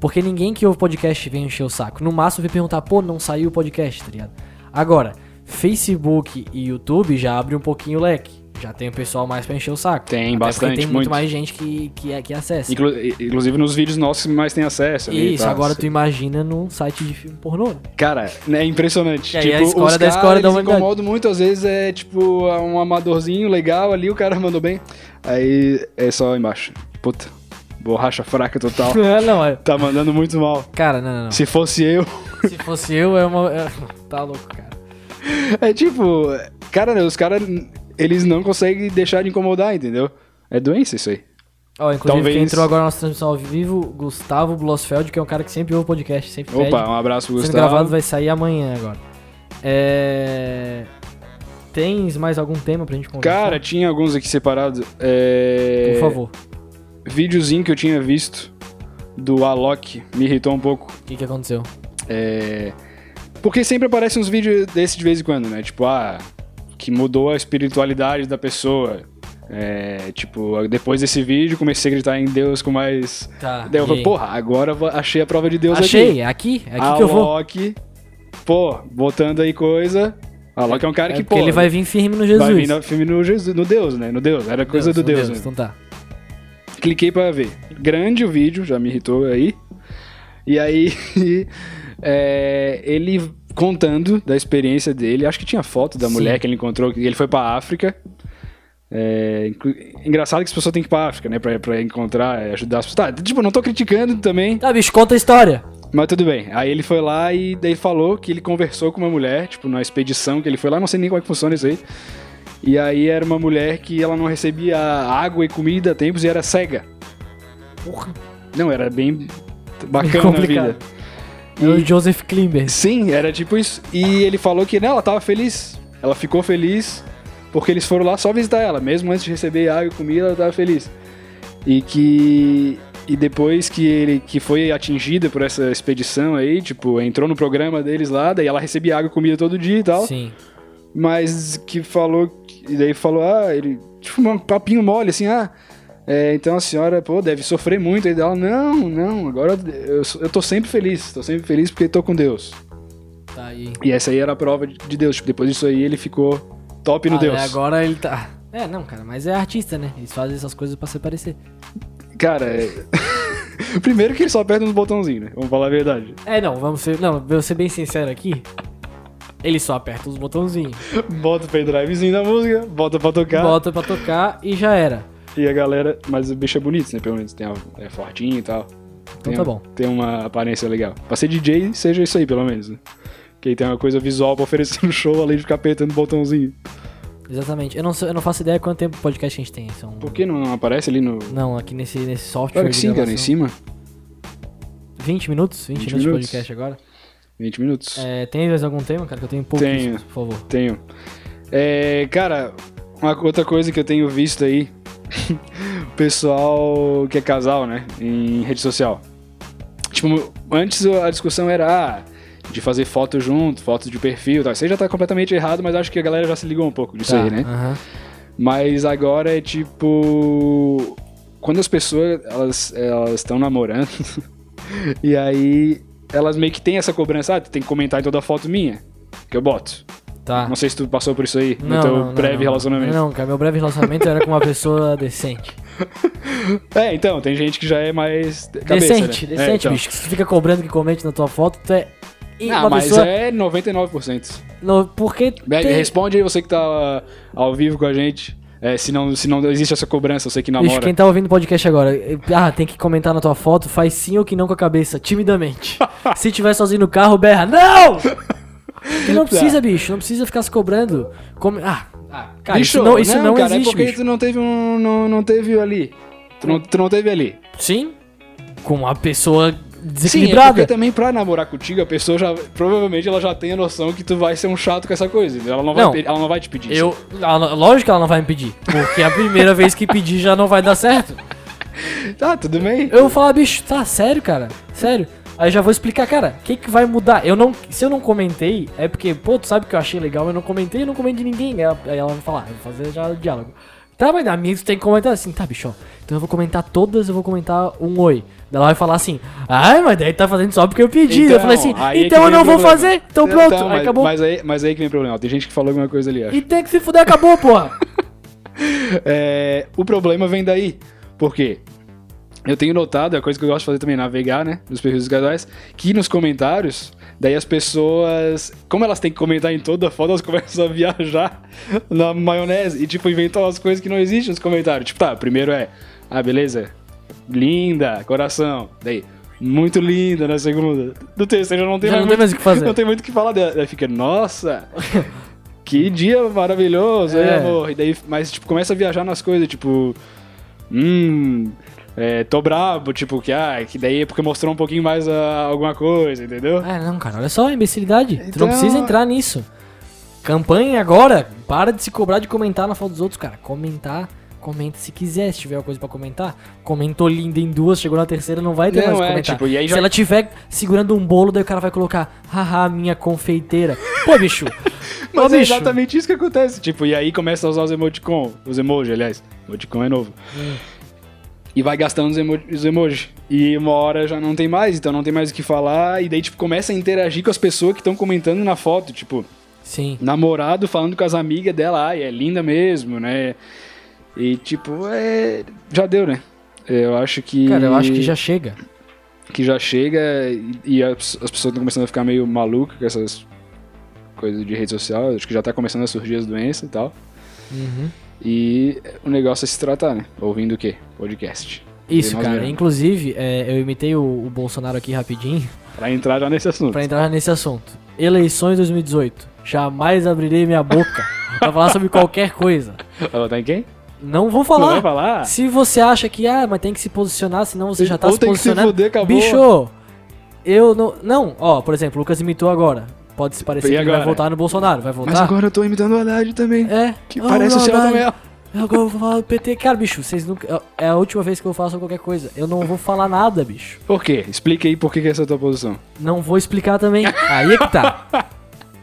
Porque ninguém que ouve podcast vem encher o saco. No máximo vem perguntar, pô, não saiu o podcast, tá ligado? Agora, Facebook e YouTube já abre um pouquinho o leque. Já tem o pessoal mais pra encher o saco.
Tem,
Até
bastante,
porque tem muito,
muito.
mais gente que, que, é- que acessa.
Inclu- inclusive tá, nos vídeos nossos que mais tem acesso. ali e
Isso,
tal.
agora tu imagina num site de filme pornô. né?
Cara, né, é impressionante.
E aí
tipo,
a escola
os
da escola
caras,
da
eles
humanidade.
incomodam muito, às vezes é tipo um amadorzinho legal ali, o cara mandou bem. Aí é só embaixo. Puta, borracha fraca total.
É, não, é...
tá mandando muito mal.
Cara, não, não, não.
Se fosse eu.
Se fosse eu, é uma... é- Tá louco, cara.
É tipo, cara, os caras, eles não conseguem deixar de incomodar, entendeu? É doença isso aí.
Ó, inclusive quem
Talvez-
entrou agora na nossa transmissão ao vivo, Gustavo Blosfeld, que é um cara que sempre ouve podcast, sempre pede.
Opa, um abraço,
Sendo gravado né?
Gustavo.
vai sair amanhã agora. É... Tens mais algum tema pra gente conversar?
Cara, tinha alguns aqui separados. É...
Por favor,
videozinho que eu tinha visto do Alok me irritou um pouco.
o que, que aconteceu?
É... Porque sempre aparecem uns vídeos desse de vez em quando, né? Tipo, ah, que mudou a espiritualidade da pessoa. É, tipo, depois desse vídeo comecei a gritar em Deus com mais.
Tá.
Daí eu
e
falei,
aí?
porra, agora eu vou- achei a prova de Deus Ah, aqui.
Achei, é aqui, é aqui que eu vou.
Alok, pô, botando aí coisa. Alok é um cara
É
que,
porque
pô,
ele vai vir firme no Jesus.
vai vir no filme no Jesus, no Deus, né? No Deus, era coisa do
no
Deus, né?
Então tá.
Cliquei pra ver. Grande o vídeo, já me irritou aí. E aí, é, ele contando da experiência dele, acho que tinha foto da
Sim.
mulher que ele encontrou, que ele foi pra África. É, inclu- engraçado que as pessoas têm que ir pra África, né? Pra, pra encontrar, é, ajudar as pessoas. Tá, tipo, não tô criticando também,
Tá, bicho, conta a história.
mas tudo bem. Aí ele foi lá e daí falou que ele conversou com uma mulher, tipo, na expedição que ele foi lá, não sei nem como é que funciona isso aí. E aí era uma mulher que ela não recebia água e comida a tempos e era cega.
Porra,
Não, era bem bacana a
complicado.
vida.
É o Joseph Klimber.
Sim, era tipo isso. E ele falou que não, ela tava feliz. Ela ficou feliz porque eles foram lá só visitar ela, mesmo antes de receber água e comida, ela tava feliz. E que e depois que ele que foi atingida por essa expedição aí, tipo, entrou no programa deles lá, daí ela recebia água e comida todo dia e tal.
Sim.
mas que falou. que- E daí falou, ah, ele. Tipo, um papinho mole, assim, ah. é, então a senhora, pô, deve sofrer muito. Aí ela, não, não, agora eu, sou- eu tô sempre feliz, tô sempre feliz porque tô com Deus.
Tá aí.
E essa aí era a prova de- de Deus. Tipo, depois disso aí ele ficou top no
Ah,
Deus.
né, Agora ele tá. É, não, cara, mas é artista, né? Eles fazem essas coisas pra se parecer.
Cara, é- primeiro que ele só aperta uns botãozinhos, né? Vamos falar a verdade.
É, não, vamos ser. Não, vou ser bem sincero aqui. Ele só aperta os botãozinhos,
Bota o pendrivezinho da música, bota pra tocar.
bota pra tocar e já era.
E a galera. Mas o bicho é bonito, né? Pelo menos tem a, é fortinho e tal.
Então
tem, um-
tá bom.
Tem uma aparência legal. Pra ser DJ, seja isso aí, pelo menos, né? Que aí tem uma coisa visual pra oferecer no show, além de ficar apertando o botãozinho.
Exatamente. Eu não, sei- eu não faço ideia quanto tempo de podcast a gente tem. São...
Por que não aparece ali no.
Não, aqui nesse, nesse software.
Claro que
de
sim, cara, em
gravação.
cima.
20 minutos? 20,
20
minutos de
minutos.
podcast agora.
20 minutos.
É, tem mais algum tema, cara? Que eu tenho pouquíssimos,
Tenho.
por favor.
Tenho. É, cara, uma outra coisa que eu tenho visto aí, o pessoal que é casal, né, em rede social. Tipo, antes a discussão era ah, de fazer foto junto, foto de perfil, e tal. Isso aí já tá completamente errado, mas acho que a galera já se ligou um pouco disso
Tá,
aí, né?
aham.
Mas agora é tipo. Quando as pessoas elas elas estão namorando, e aí elas meio que têm essa cobrança, ah, tu tem que comentar em toda foto minha, que eu boto.
Tá.
Não sei se tu passou por isso aí
Não,
no teu
não, não,
breve
não.
relacionamento.
Não, cara, meu breve relacionamento era com uma pessoa decente.
É, então, tem gente que já é mais. Cabeça,
decente,
né? É,
decente,
então.
bicho. Se tu fica cobrando que comente na tua foto, tu é. e
Ah,
uma
mas
pessoa.
é 99%.
No, porque.
Be-
tem-
Responde aí você que tá ao vivo com a gente. É, se, não, se não existe essa cobrança, você que namora.
Bicho, quem tá ouvindo o podcast agora, eh, ah, tem que comentar na tua foto, faz sim ou que não com a cabeça, timidamente. se tiver sozinho no carro, berra, não! Porque
Tá.
não precisa, bicho, não precisa ficar se cobrando. Come- Ah, ah, cara,
Bicho,
isso não, isso não
cara,
existe,
é porque
bicho.
tu não teve um. Não, não teve ali. Tu não, tu não teve ali.
Sim, com uma pessoa
Sim, é
desequilibrada.
porque também pra namorar contigo, a pessoa já. Provavelmente ela já tem a noção que tu vai ser um chato com essa coisa. entendeu? Ela não,
Não.
Vai, pe- ela não vai te pedir.
Eu, ela- lógico que ela não vai me pedir, porque a primeira vez que pedir já não vai dar certo.
isso. Tá, tudo bem?
Eu vou falar, bicho, tá, sério, cara? Sério? Aí já vou explicar, cara, o que que vai mudar? Eu não, se eu não comentei, é porque, pô, tu sabe que eu achei legal, eu não comentei, eu não comentei de ninguém. Ela- Aí ela vai falar, "Ah, eu vou fazer já o diálogo. Tá, mas na minha tu tem que comentar assim, tá, bicho, ó, então eu vou comentar todas, eu vou comentar um oi. Daí Ela vai falar assim, ai, mas daí tá fazendo só porque eu pedi. eu falei assim,
aí é que
então eu
vem o
não vou
problema.
fazer, então pronto,
mas,
aí acabou.
Mas aí, mas aí que vem o problema. Tem gente que falou alguma coisa ali, acho.
E tem que se fuder, acabou, porra.
É, o problema vem daí. Por quê? Eu tenho notado, é a coisa que eu gosto de fazer também, navegar, né? Nos perfis dos casais, que nos comentários, daí as pessoas, como elas têm que comentar em toda foto, elas começam a viajar na maionese e, tipo, inventam umas coisas que não existem nos comentários. Tipo, tá, primeiro é, ah, beleza, linda, coração. Daí, muito linda na segunda. Do terceiro já não tem,
Já não tem mais o que fazer.
Não tem muito o que falar dela. Daí fica, nossa, que dia maravilhoso, hein,
É.
amor? E daí, mas, tipo, começa a viajar nas coisas, tipo. Hum. é, tô brabo, tipo, que, ah, que daí é porque mostrou um pouquinho mais ah, alguma coisa, entendeu?
Ah, não, cara, olha só, imbecilidade. Tu não
Então-
precisa entrar nisso. Campanha agora, para de se cobrar de comentar na foto dos outros, cara. Comentar, comenta se quiser, se tiver alguma coisa pra comentar. Comentou linda em duas, chegou na terceira, não vai ter
Não,
mais o que
é,
comentar.
tipo, e aí
se
já-
ela tiver segurando um bolo, daí o cara vai colocar, haha, minha confeiteira. Pô, bicho. Ô,
Mas é
bicho.
exatamente isso que acontece. Tipo, e aí começa a usar os emoticons. Os emojis, aliás. Emoticon é novo. E vai gastando os, emo os emojis. E uma hora já não tem mais, então não tem mais o que falar. E daí, tipo, começa a interagir com as pessoas que estão comentando na foto. Tipo,
Sim.
namorado falando com as amigas dela, ai, é linda mesmo, né? E tipo, é. Já deu, né? Eu acho que.
Cara, eu acho que já chega.
que já chega e, e as, as pessoas estão começando a ficar meio malucas com essas coisas de rede social. Acho que já tá começando a surgir as doenças e tal.
Uhum.
E o negócio é se tratar, né? Ouvindo o quê? Podcast.
Isso,
nós
cara.
viramos.
Inclusive, é, eu imitei o- o Bolsonaro aqui rapidinho.
Pra entrar já nesse assunto.
Pra entrar nesse assunto. Eleições 2018. Jamais abrirei minha boca pra falar sobre qualquer coisa.
Ela tá em quem?
Não vou
Não vai
falar.
falar?
Se você acha que, ah, mas tem que se posicionar, senão você já tá
Ou
se
tem que se
posicionando.
fuder, acabou.
Bicho, eu não. Não, ó, por exemplo, o Lucas imitou agora. Pode se parecer
E
que ele vai
agora?
voltar no Bolsonaro. Vai voltar?
Mas agora eu tô imitando o Haddad também.
tá. É.
Que
Ah,
parece o Celso
Haddad.
Melo.
Agora eu vou falar do PT. Cara, bicho, vocês nunca. É a última vez que eu faço qualquer coisa. Eu não vou falar nada, bicho.
Por quê? Explica aí por que, que essa é a tua posição.
Não vou explicar também. Aí é que tá.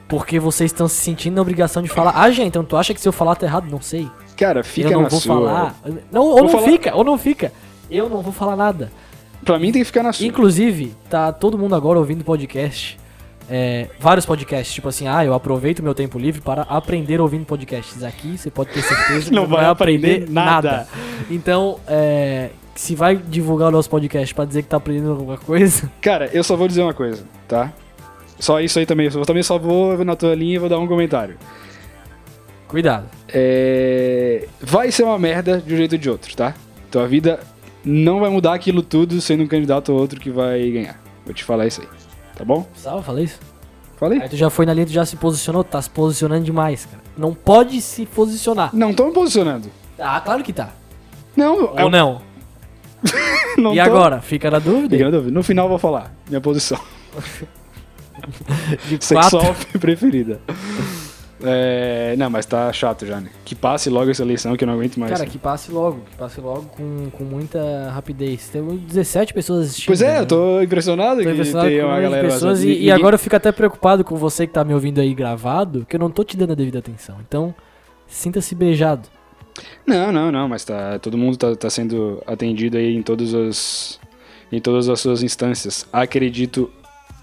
Porque vocês estão se sentindo na obrigação de falar. Ah, gente, então tu acha que se eu falar tá errado? Não sei.
Cara, fica
eu não
na
vou
sua.
falar. Não, ou não
falar-
fica, ou não fica. Eu não vou falar nada.
Pra mim tem que ficar na sua.
Inclusive, tá todo mundo agora ouvindo podcast. é, vários podcasts, tipo assim, ah, eu aproveito meu tempo livre para aprender ouvindo podcasts. Aqui você pode ter certeza que
Não vai aprender nada.
Então, é, se vai divulgar o nosso podcast para dizer que tá aprendendo alguma coisa,
Cara, eu só vou dizer uma coisa, tá? Só isso aí também. Eu também só vou na tua linha e vou dar um comentário.
cuidado.
É, Vai ser uma merda de um jeito ou de outro, tá? Tua vida não vai mudar aquilo tudo sendo um candidato ou outro que vai ganhar. Vou te falar isso aí. Tá bom?
Precisava falar isso?
Falei?
Aí tu já foi na linha, tu já se posicionou, tá se posicionando demais, cara. Não pode se posicionar.
Não tô me posicionando.
Ah, claro que tá.
Não, eu
Ou não.
não
e
tô-
agora? Fica na dúvida?
Fica na dúvida. No final eu vou falar minha posição
De quatro.
sexual preferida. É, não, mas tá chato já, né? Que passe logo essa eleição que eu não aguento mais.
Cara, que passe logo, que passe logo com, com muita rapidez. Tem 17 pessoas assistindo.
Pois é,
né?
eu tô impressionado
Tô
que
impressionado
tem
com
uma
as
galera
pessoas e,
bastante-
e agora eu fico até preocupado com você que tá me ouvindo aí gravado, que eu não tô te dando a devida atenção. Então, sinta-se beijado.
Não, não, não, mas tá, todo mundo tá, tá sendo atendido aí em todas as em todas as suas instâncias. Acredito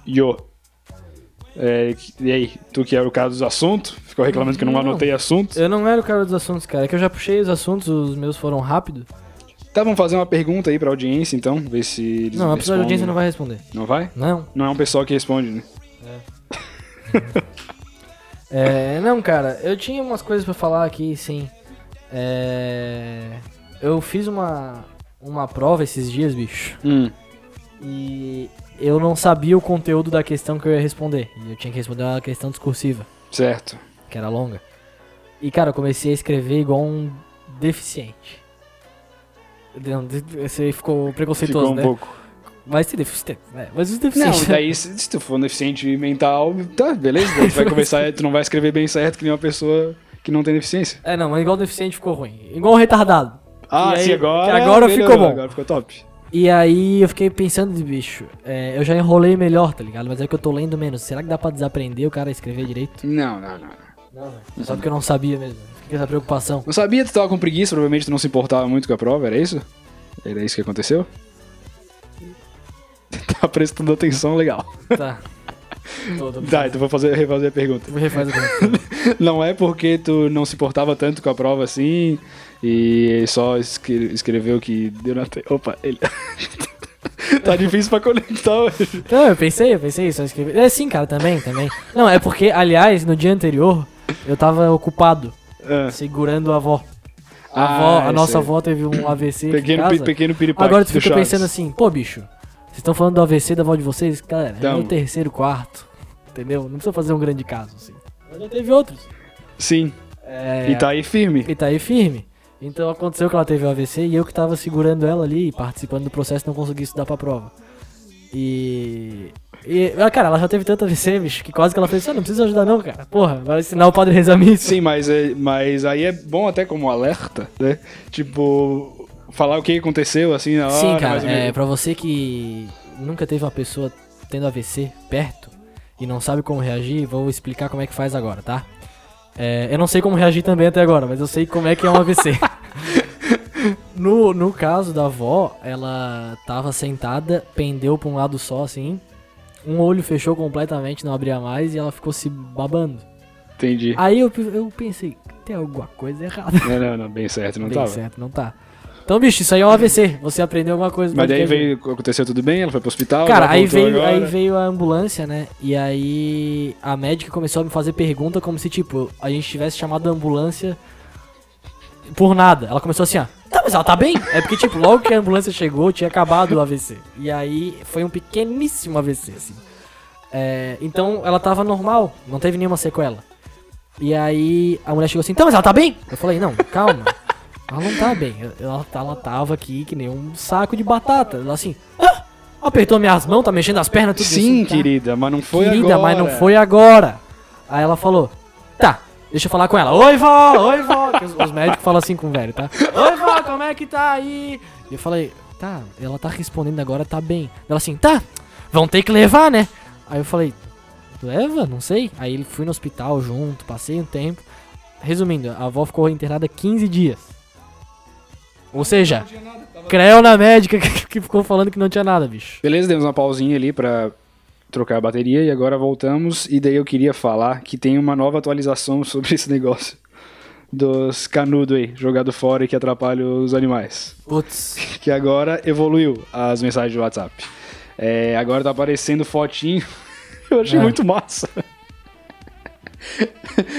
eu. É, e aí, tu que era o cara dos assuntos, ficou reclamando que eu não,
Não.
anotei assuntos.
Eu não era o cara dos assuntos, cara. É que eu já puxei os assuntos, os meus foram rápido.
Tá, vamos fazer uma pergunta aí pra audiência então, ver se eles
Não, a pessoa da
respondem.
audiência não vai responder.
Não vai?
Não.
Não é um pessoal que responde, né?
É, não, cara, eu tinha umas coisas pra falar aqui, sim. É, eu fiz uma, uma prova esses dias, bicho.
Hum.
E eu não sabia o conteúdo da questão que eu ia responder. E eu tinha que responder uma questão discursiva,
Certo.
que era longa. E cara, eu comecei a escrever igual um deficiente. Não, de- Você ficou preconceituoso,
Ficou um
né?
pouco.
Mas você deficiente. é, mas os
Não,
deficientes.
daí se, se tu for um deficiente mental, tá, beleza. Daí tu vai começar, tu não vai escrever bem certo que nem uma pessoa que não tem deficiência.
É, não, mas igual deficiente ficou ruim. Igual um retardado.
Ah,
E
sim,
aí-
agora.
que agora
melhorou,
ficou bom.
Agora ficou top.
E aí eu fiquei pensando, bicho, é, eu já enrolei melhor, tá ligado? Mas é que eu tô lendo menos. Será que dá pra desaprender o cara a escrever direito?
Não, não, não. não.
Não, velho. Só porque eu não sabia mesmo. Fiquei com essa preocupação.
Não sabia, tu tava com preguiça, provavelmente tu não se importava muito com a prova, era isso? Era isso que aconteceu? Tá prestando atenção legal.
Tá. tô, tô,
Tá, então vou fazer, refazer a pergunta.
Me refaz a pergunta.
Não é porque tu não se importava tanto com a prova assim e só escre- escreveu que deu na. te- Opa, ele. tá difícil pra conectar hoje.
Não, eu pensei, eu pensei, só escrevi. É sim, cara, também, também. Não, é porque, aliás, no dia anterior, eu tava ocupado,
Ah,
segurando a avó. A,
Ah,
avó, a
eu
nossa
sei.
avó teve um AVC aqui em
Pequeno,
casa.
pi- pequeno piripaque.
Agora tu
do
fica
Tipo, Chaves.
pensando assim, pô, bicho, vocês estão falando do AVC da avó de vocês? Galera, é
Tamo.
no terceiro, quarto, entendeu? Não precisa fazer um grande caso, assim. Mas já teve outros.
Sim,
É,
e tá aí firme.
e tá aí firme. Então aconteceu que ela teve um AVC e eu que tava segurando ela ali, participando do processo, não consegui estudar pra prova. E... E, ah, cara, ela já teve tanto AVC, bicho, que quase que ela fez, ah, não precisa ajudar não, cara. Porra, vai ensinar o padre a rezar missa.
Sim, mas, é- mas aí é bom até como alerta, né? Tipo, falar o que aconteceu assim na hora.
Sim,
mais
cara,
ou menos.
é, pra você que nunca teve uma pessoa tendo AVC perto e não sabe como reagir, vou explicar como é que faz agora, tá? É, eu não sei como reagir também até agora, mas eu sei como é que é um AVC. no, no caso da avó, ela tava sentada, pendeu pra um lado só, assim, um olho fechou completamente, não abria mais e ela ficou se babando.
Entendi.
Aí eu, eu pensei, tem alguma coisa errada.
Não, não, não, bem certo, não
Bem
tava.
certo, não tá. Então, bicho, isso aí é um AVC. Você aprendeu alguma coisa. no
Mas daí
podcast.
veio, aconteceu tudo bem, ela foi pro hospital.
Cara,
já
aí
voltou
veio, aí
agora.
veio a ambulância, né? E aí a médica começou a me fazer pergunta como se, tipo, a gente tivesse chamado a ambulância por nada. Ela começou assim, ó. Tá, mas ela tá bem? É porque, tipo, logo que a ambulância chegou, tinha acabado o AVC. E aí foi um pequeníssimo AVC, assim. É, então ela tava normal, não teve nenhuma sequela. E aí a mulher chegou assim, tá, mas ela tá bem? Eu falei, não, calma. Ela não tá bem. Ela, ela tava aqui que nem um saco de batata. Ela assim, ah, apertou minhas mãos, tá mexendo as pernas, tudo
Sim,
assim, tá?
querida, mas não foi
Querida,
agora.
mas não foi agora. Aí ela falou, tá, deixa eu falar com ela. Oi, vó, oi, vó. Que Os, os médicos falam assim com o velho, tá? Oi, vó, como é que tá aí? E eu falei, tá, ela tá respondendo agora, tá bem. Ela assim, tá, vão ter que levar, né? Aí eu falei, leva? Não sei. Aí ele fui no hospital junto, passei um tempo. Resumindo, a avó ficou internada 15 dias. Ou seja, creu na médica que que ficou falando que não tinha nada, bicho.
Beleza, demos uma pausinha ali pra trocar a bateria e agora voltamos. E daí eu queria falar que tem uma nova atualização sobre esse negócio dos canudos aí, jogado fora e que atrapalha os animais.
Putz.
Que agora evoluiu as mensagens do WhatsApp. É, agora tá aparecendo fotinho. Eu achei
Ah.
muito massa.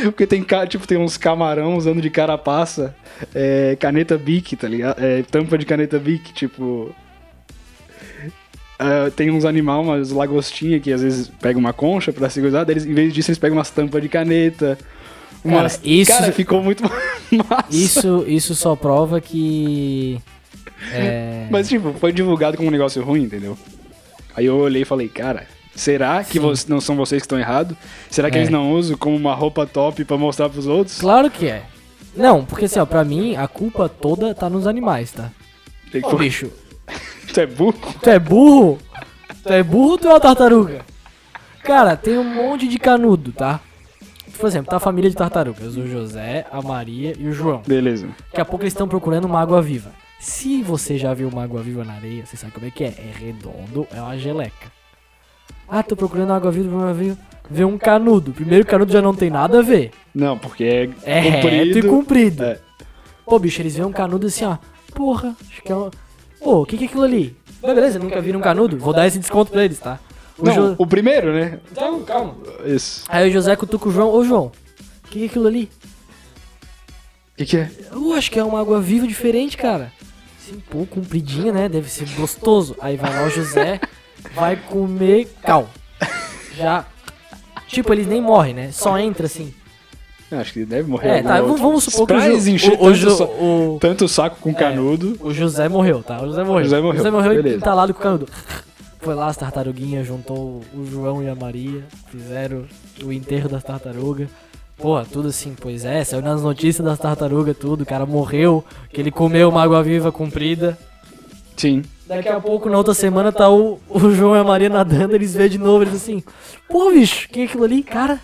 Porque tem, ca- tipo, tem uns camarão usando de carapaça, é, caneta bic, tá ligado? É, tampa de caneta bic, tipo. Ah, tem uns animal, umas lagostinhas que às vezes pegam uma concha pra segurar, daí eles, em vez disso eles pegam umas tampas de caneta. Umas...
Cara, isso-
Cara, ficou muito massa.
Isso, isso só prova que. É.
Mas, tipo, foi divulgado como um negócio ruim, entendeu? Aí eu olhei e falei, cara, será que vo- não são vocês que estão errados? Será que
É.
eles não usam como uma roupa top pra mostrar pros outros?
Claro que é. Não, porque assim, ó, pra mim a culpa toda tá nos animais, tá?
Tem que
Ô, bicho,
Tu é burro?
tu é burro? Tu é burro ou tu é uma tartaruga? Cara, tem um monte de canudo, tá? Por exemplo, tá a família de tartarugas, o José, a Maria e o João.
Beleza.
Daqui a pouco eles estão procurando uma água-viva. Se você já viu uma água-viva na areia, você sabe como é que é. É redondo, é uma geleca. Ah, tô procurando uma água-viva, primeiro veio- veio um canudo. Primeiro canudo já não tem nada a ver.
Não, porque é,
É
comprido.
reto e comprido.
É.
Pô, bicho, eles veem um canudo assim, ó. Porra, acho que é um... Pô, o que que é aquilo ali? Mas beleza, nunca viram um canudo? Vou dar esse desconto pra eles, tá? O
Não,
Jo-
o primeiro, né?
Então, calma.
Isso.
Aí o José cutuca o João. Ô, João, o que que é aquilo ali?
O que, que é?
Eu acho que é uma água viva diferente, cara. Sim, pô, compridinha, né? Deve ser gostoso. Aí vai lá o José, vai comer cal. Já. Tipo, eles nem morrem, né? Só entra assim.
Eu Acho que deve morrer.
É,
algum
tá, vamos,
outro.
vamos supor que o,
Pra eles
Ju-
encher
o, É. o,
tanto,
Ju-
sa-
o,
tanto saco com canudo.
o José morreu, tá? O José morreu.
José morreu,
José morreu
beleza.
e entalado com o canudo. Foi lá as tartaruguinhas, juntou o João e a Maria, fizeram o enterro das tartarugas. Porra, tudo assim, pois é, saiu nas notícias das tartarugas, tudo, o cara morreu, que ele comeu uma água-viva comprida.
Sim.
Daqui a pouco, na outra semana, tá o, o João e a Maria nadando, eles veem de novo, eles assim, pô, bicho, que é aquilo ali? Cara,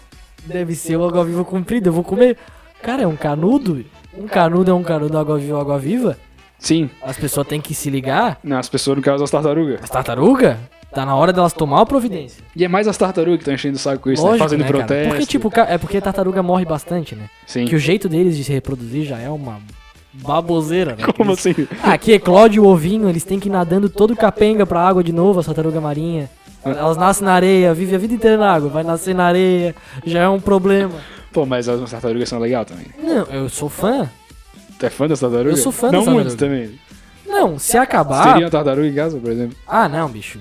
deve ser uma água-viva comprida, eu vou comer. Cara, é um canudo? Um canudo é um canudo, água-viva, água-viva?
Sim.
As pessoas têm que se ligar?
Não, As pessoas no caso das tartarugas.
As tartarugas? Tá na hora delas tomar a providência.
E é mais as tartarugas que estão enchendo o saco com isso, né?
Lógico,
Fazendo
né, cara?
protesto.
Porque, tipo, ca- é porque tartaruga morre bastante, né?
Sim.
Que o jeito deles de se reproduzir já é uma baboseira, né?
Como assim?
Ah, Aqui eclode o ovinho, eles têm que ir nadando todo capenga pra água de novo, a tartaruga marinha. Elas nascem na areia, vivem a vida inteira na água, vai nascer na areia, já é um problema.
Pô, mas as tartarugas são legais também.
Não, eu sou fã.
Tu é fã das tartarugas?
Eu sou fã
Não
das
muito também.
Não, se
Seria
acabar.
uma tartaruga em casa, por exemplo.
Ah, não, bicho.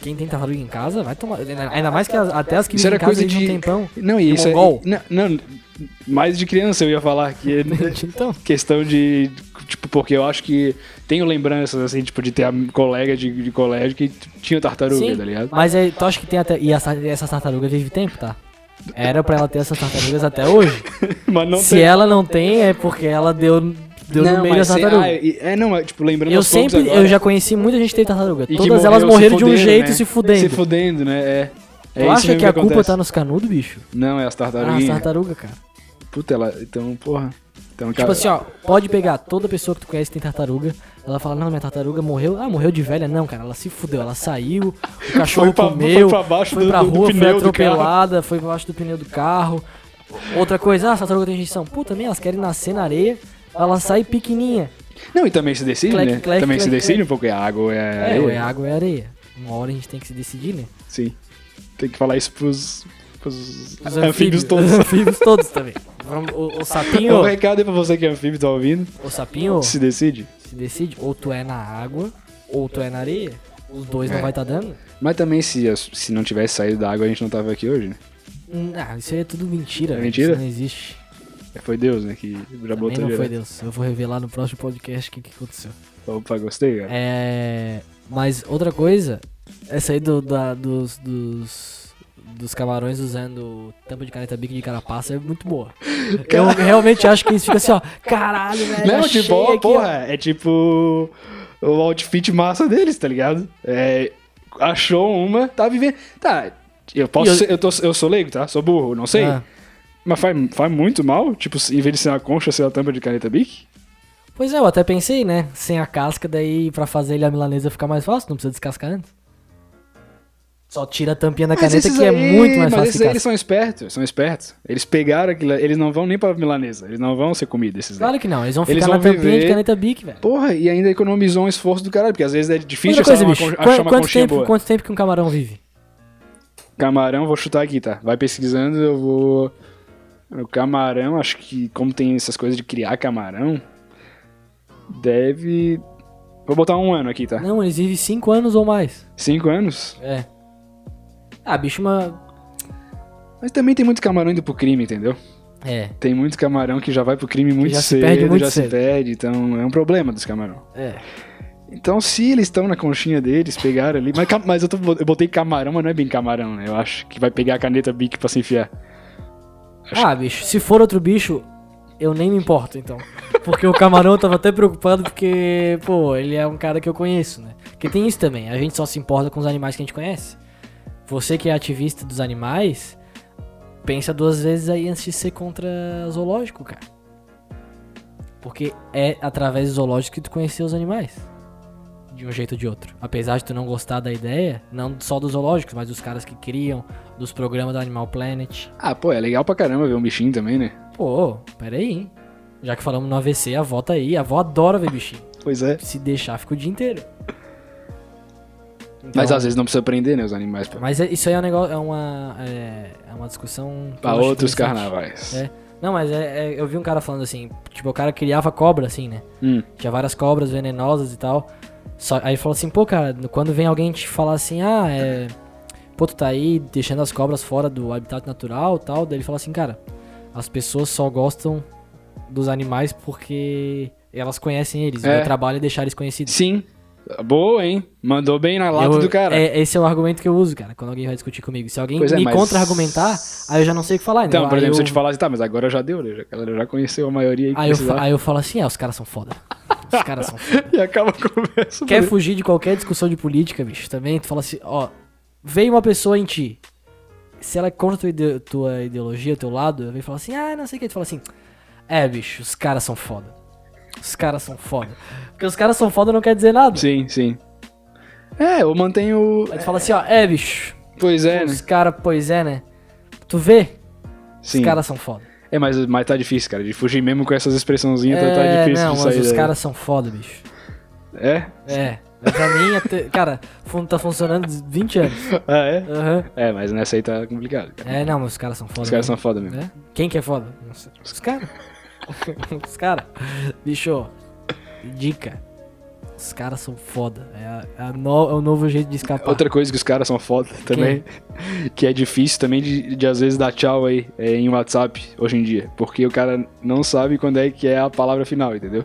Quem tem tartaruga em casa vai tomar. Ainda mais que as- até as que
Isso
vivem
era
em casa
coisa
eles
de-
não têm pão.
Não, e
De
isso é.
mongol?
Não, não, mais de criança eu ia falar que é
Então.
questão de. Tipo, porque eu acho que tenho lembranças, assim, tipo, de ter a colega de, de colégio que t- tinha tartaruga,
Sim,
tá ligado?
mas aí, tu acha que tem até. E essa, essa tartaruga vive tempo, tá? Era pra ela ter essas tartarugas até hoje.
Mas não
se
tem.
ela não tem, é porque ela deu, deu no meio das
mas se-
tartarugas.
ah, e- é, não, mas, tipo, lembrando
Eu
aos poucos
sempre,
agora,
eu já conheci muita gente que teve tartaruga.
e que
Todas elas
morreu
morreram
se
de um
fudendo,
jeito
né?
se fudendo.
Se fudendo, né? É.
tu
É isso
acha
mesmo
que a culpa
acontece.
tá nos canudos, bicho?
Não, é as
Ah,
tartaruguinhas.
as tartaruga, cara.
Puta, ela. Então, porra. Então,
Tipo assim, ó, pode pegar toda pessoa que tu conhece que tem tartaruga. Ela fala, não, minha tartaruga morreu. Ah, morreu de velha. Não, cara, ela se fudeu. Ela saiu, o cachorro
Foi pra-
comeu,
foi pra baixo
foi
do-
pra
do- do
rua, foi
pneu do carro.
atropelada, foi pra baixo do pneu do carro. Outra coisa, ah, as tartaruga tem injeção. Pô, também elas querem nascer na areia. Ela sai pequenininha.
Não, e também se decide,
Clack,
né?
clack,
também se
clack,
decide um pouco, é água, ou é.
É, ou é
areia.
água ou é areia. Uma hora a gente tem que se decidir, né?
Sim. Tem que falar isso pros, pros
Os
anfíbios
Os
É, todos.
anfíbios todos também. Vamos- O, o sapinho,
Um recado aí pra você que é anfíbio tá ouvindo.
o sapinho
Se decide.
se decide, ou tu é na água, ou tu é na areia. Os dois
É.
não vai estar tá dando.
Mas também, se, as- se não tivesse saído da água, a gente não tava aqui hoje, né?
Não, isso aí é tudo mentira.
É
velho.
mentira?
Isso não existe.
Foi Deus, né? Que já
Também
botou
não foi
direto.
Deus. Eu vou revelar no próximo podcast o que, que aconteceu.
Opa, gostei, cara.
É, mas outra coisa, essa aí do, da- dos, dos, dos camarões usando tampa de caneta bico de carapaça é muito boa. Eu realmente acho que isso fica assim, ó. Caralho, velho.
não,
achei
tipo, ó,
aqui, ó.
porra, é tipo o outfit massa deles, tá ligado? É, achou uma, tá vivendo. Tá, eu
E
posso
eu-
ser- eu... tô, eu sou leigo, tá? Sou burro, não sei.
Ah.
Mas faz, faz muito mal, tipo, em vez de ser uma concha, ser uma tampa de caneta bic?
Pois é, eu até pensei, né? Sem a casca, daí pra fazer ele a milanesa ficar mais fácil, não precisa descascar antes. Só tira a tampinha da
Mas
caneta
esses
que é
aí-
muito mais
Mas
fácil
esses
de
aí
caçar.
eles são espertos, são espertos. Eles pegaram aquilo, eles não vão nem pra milanesa, eles não vão ser comida esses daí.
Claro que não, eles vão ficar
Eles
na
vão
tampinha de
viver-
caneta Bic, velho.
Porra, e ainda economizou um esforço do caralho, porque às vezes é difícil
Outra coisa,
achar uma,
bicho,
con-
quan-
achar uma
quanto,
conchinha
tempo,
boa.
quanto tempo que um camarão vive?
Camarão, vou chutar aqui, tá? Vai pesquisando, eu vou. O camarão, acho que como tem essas coisas de criar camarão, deve. Vou botar um ano aqui, tá?
Não, eles vivem 5 anos ou mais.
Cinco anos?
É. Ah, bicho, uma.
Mas também tem muito camarão indo pro crime, entendeu?
É,
Tem muito camarão que já vai pro crime muito
já se
cedo,
perde muito
já
cedo.
se perde, então é um problema dos camarão.
é.
Então se eles estão na conchinha deles, pegaram ali. Mas, ca- mas eu, tô- eu botei camarão, mas não é bem camarão, né? Eu acho que vai pegar a caneta bic pra se enfiar.
Ah, bicho, se for outro bicho, eu nem me importo, então. Porque o camarão eu tava até preocupado porque, pô, ele é um cara que eu conheço, né? Porque tem isso também, a gente só se importa com os animais que a gente conhece. Você que é ativista dos animais, pensa duas vezes aí antes de ser contra zoológico, cara. Porque é através do zoológico que tu conheceu os animais. De um jeito ou de outro. Apesar de tu não gostar da ideia, não só dos zoológicos, mas dos caras que criam, dos programas do Animal Planet.
Ah, pô, é legal pra caramba ver um bichinho também, né?
Pô, peraí. hein? Já que falamos no AVC, a avó tá aí. A avó adora ver bichinho.
Pois é.
Se deixar, fica o dia inteiro.
Mas
Então,
às vezes não precisa prender, né, os animais pra,
Mas é- isso aí é um negócio. É uma, é, é uma discussão. que eu
pra
acho
outros
interessante.
carnavais.
É. Não, mas é- é- eu vi um cara falando assim. Tipo, o cara criava cobra, assim, né?
Hum.
Tinha várias cobras venenosas e tal. Só, aí falou assim, pô, cara, quando vem alguém te falar assim, ah, é. Pô, tu tá aí deixando as cobras fora do habitat natural e tal. Daí ele fala assim, cara, as pessoas só gostam dos animais porque elas conhecem eles.
É.
O meu trabalho é deixar eles conhecidos.
Sim. Boa, hein? Mandou bem na lata
Eu-
do cara.
É, esse é o argumento que eu uso, cara, quando alguém vai discutir comigo. Se alguém
Pois é,
me
mas-
contra-argumentar, aí eu já não sei o que falar.
Então,
né?
por
Aí
exemplo,
eu-
se eu te falasse, tá, mas agora já deu, né? Já- A galera já conheceu a maioria aí que
Aí eu, fa-
precisava.
aí eu falo assim, ah, os caras são foda. Os caras são foda.
E acaba a conversa.
Quer
Mas-
fugir de qualquer discussão de política, bicho, também, tu fala assim, ó, veio uma pessoa em ti, se ela é contra tua, ide tua ideologia, teu lado, vem falar assim, ah, não sei o que, tu fala assim, é, bicho, os caras são foda. Os caras são foda. Porque os caras são foda não quer dizer nada.
Sim, sim. É, eu mantenho.
Aí tu fala assim, ó, é, bicho,
Pois é, né?
os caras, pois é, né? Tu vê,
Sim.
os caras são foda.
É, mas, mas tá difícil, cara. De fugir mesmo com essas expressãozinhas, tá- tá
é,
difícil
não,
de
mas
sair
os
daí.
caras são foda, bicho.
É?
É, pra mim, até- cara, fun- tá funcionando 20 anos.
Ah, é?
Aham.
É, mas nessa aí tá complicado, cara.
É, não, mas os caras são foda.
Os
né?
caras são foda mesmo.
né? Quem que é foda? Não sei. Os caras. Os caras. Bicho, dica. Os caras são foda. É, a- é a no- é o novo jeito de escapar.
Outra coisa que os caras são foda também, que é difícil também de, de às vezes dar tchau aí é, em WhatsApp hoje em dia. Porque o cara não sabe quando é que é a palavra final, entendeu?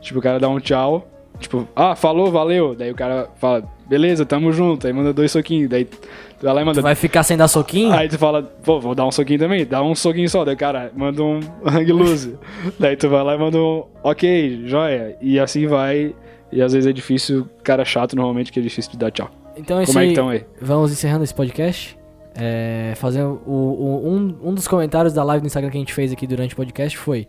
Tipo, o cara dá um tchau, tipo, ah, falou, valeu. Daí o cara fala, beleza, tamo junto. Aí manda dois soquinhos. Daí tu vai lá e manda.
Tu vai ficar sem dar soquinho?
Aí tu fala, pô, vou dar um soquinho também, dá um soquinho só, daí o cara manda um hang loose. daí tu vai lá e manda um ok, joia. E assim vai. E às vezes é difícil, cara chato normalmente, que é difícil de dar tchau.
Então esse,
Como é que estão aí?
Vamos encerrando esse podcast. É, fazendo o, o- um, um dos comentários da live do Instagram que a gente fez aqui durante o podcast foi.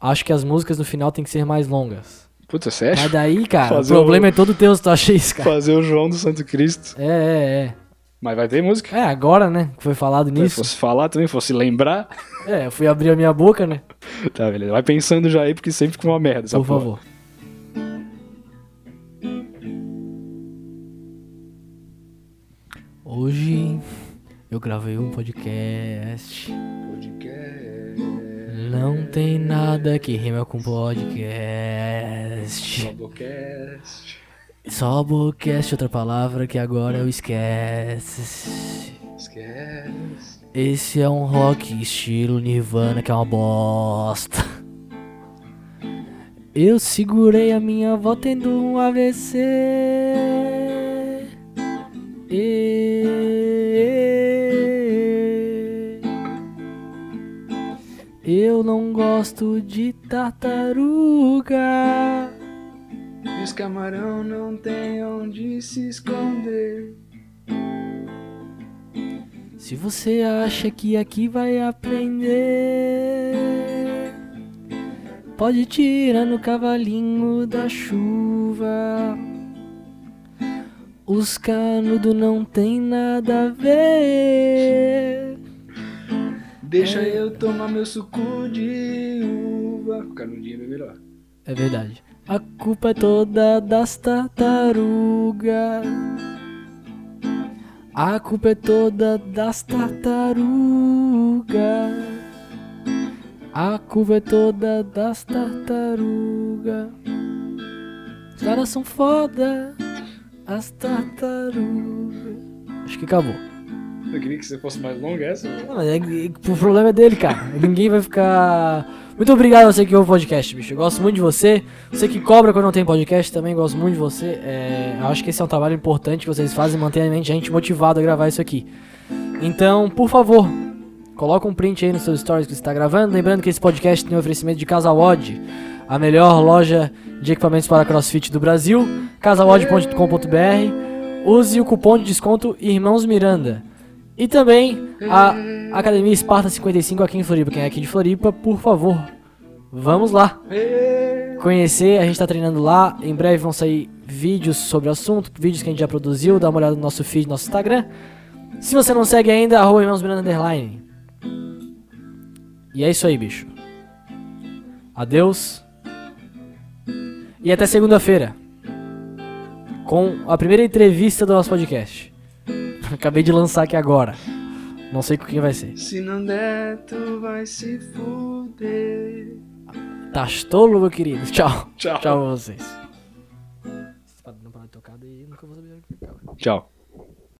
Acho que as músicas no final tem que ser mais longas.
Puta, sério?
Mas daí, cara, o
Fazer um
problema
o-
é todo teu se tu acha isso, cara.
Fazer o João do Santo Cristo.
É, é, é.
Mas vai ter música.
É, agora, né? que Foi falado
Se
nisso.
fosse falar também, fosse lembrar.
É, eu fui abrir a minha boca, né?
Tá, beleza. Vai pensando já aí, porque sempre fica uma merda. essa
Por
porra.
favor. Hoje eu gravei um podcast.
Podcast,
Não tem nada que rima com podcast.
podcast,
Só podcast, outra palavra que agora eu esquece.
esquece.
Esse é um rock estilo Nirvana que é uma bosta. Eu segurei a minha avó tendo um AVC. E... Eu não gosto de tartaruga.
E os camarão não tem onde se esconder.
Se você acha que aqui vai aprender, pode tirar no cavalinho da chuva. Os canudos não tem nada a ver.
Deixa
É.
eu tomar meu suco de uva. O canudinho é melhor.
É verdade. A culpa é toda das tartarugas. A culpa é toda das tartarugas. A culpa é toda das tartarugas. Os caras são foda. As tartarugas. Acho que acabou.
Eu queria que você fosse mais longa essa. velho.
Não, mas é- é- o problema é dele, cara. Ninguém vai ficar. Muito obrigado a você que ouve o podcast, bicho. Eu gosto muito de você. Você que cobra quando não tem podcast também, gosto muito de você. É, eu acho que esse é um trabalho importante que vocês fazem, mantém a mente- a gente motivado a gravar isso aqui. Então, por favor, coloca um print aí nos seus stories que você está gravando. Lembrando que esse podcast tem um oferecimento de Casa Wod, a melhor loja de equipamentos para crossfit do Brasil. casawod.com.br. Use o cupom de desconto Irmãos Miranda. E também a Academia Esparta 55 aqui em Floripa. Quem é aqui de Floripa, por favor, vamos lá É. conhecer. A gente tá treinando lá. Em breve vão sair vídeos sobre o assunto, vídeos que a gente já produziu. Dá uma olhada no nosso feed, no nosso Instagram. Se você não segue ainda, arroba Irmãos Miranda Underline. E é isso aí, bicho. Adeus. E até segunda-feira. Com a primeira entrevista do nosso podcast. Acabei de lançar aqui agora. Não sei com quem vai ser.
Se não der, tu vai se fuder.
Tá tolo, meu querido. Tchau.
Tchau.
tá Tchau pra vocês. Não parar de tocar, daí nunca vou saber a hora que é. acaba.
Tchau.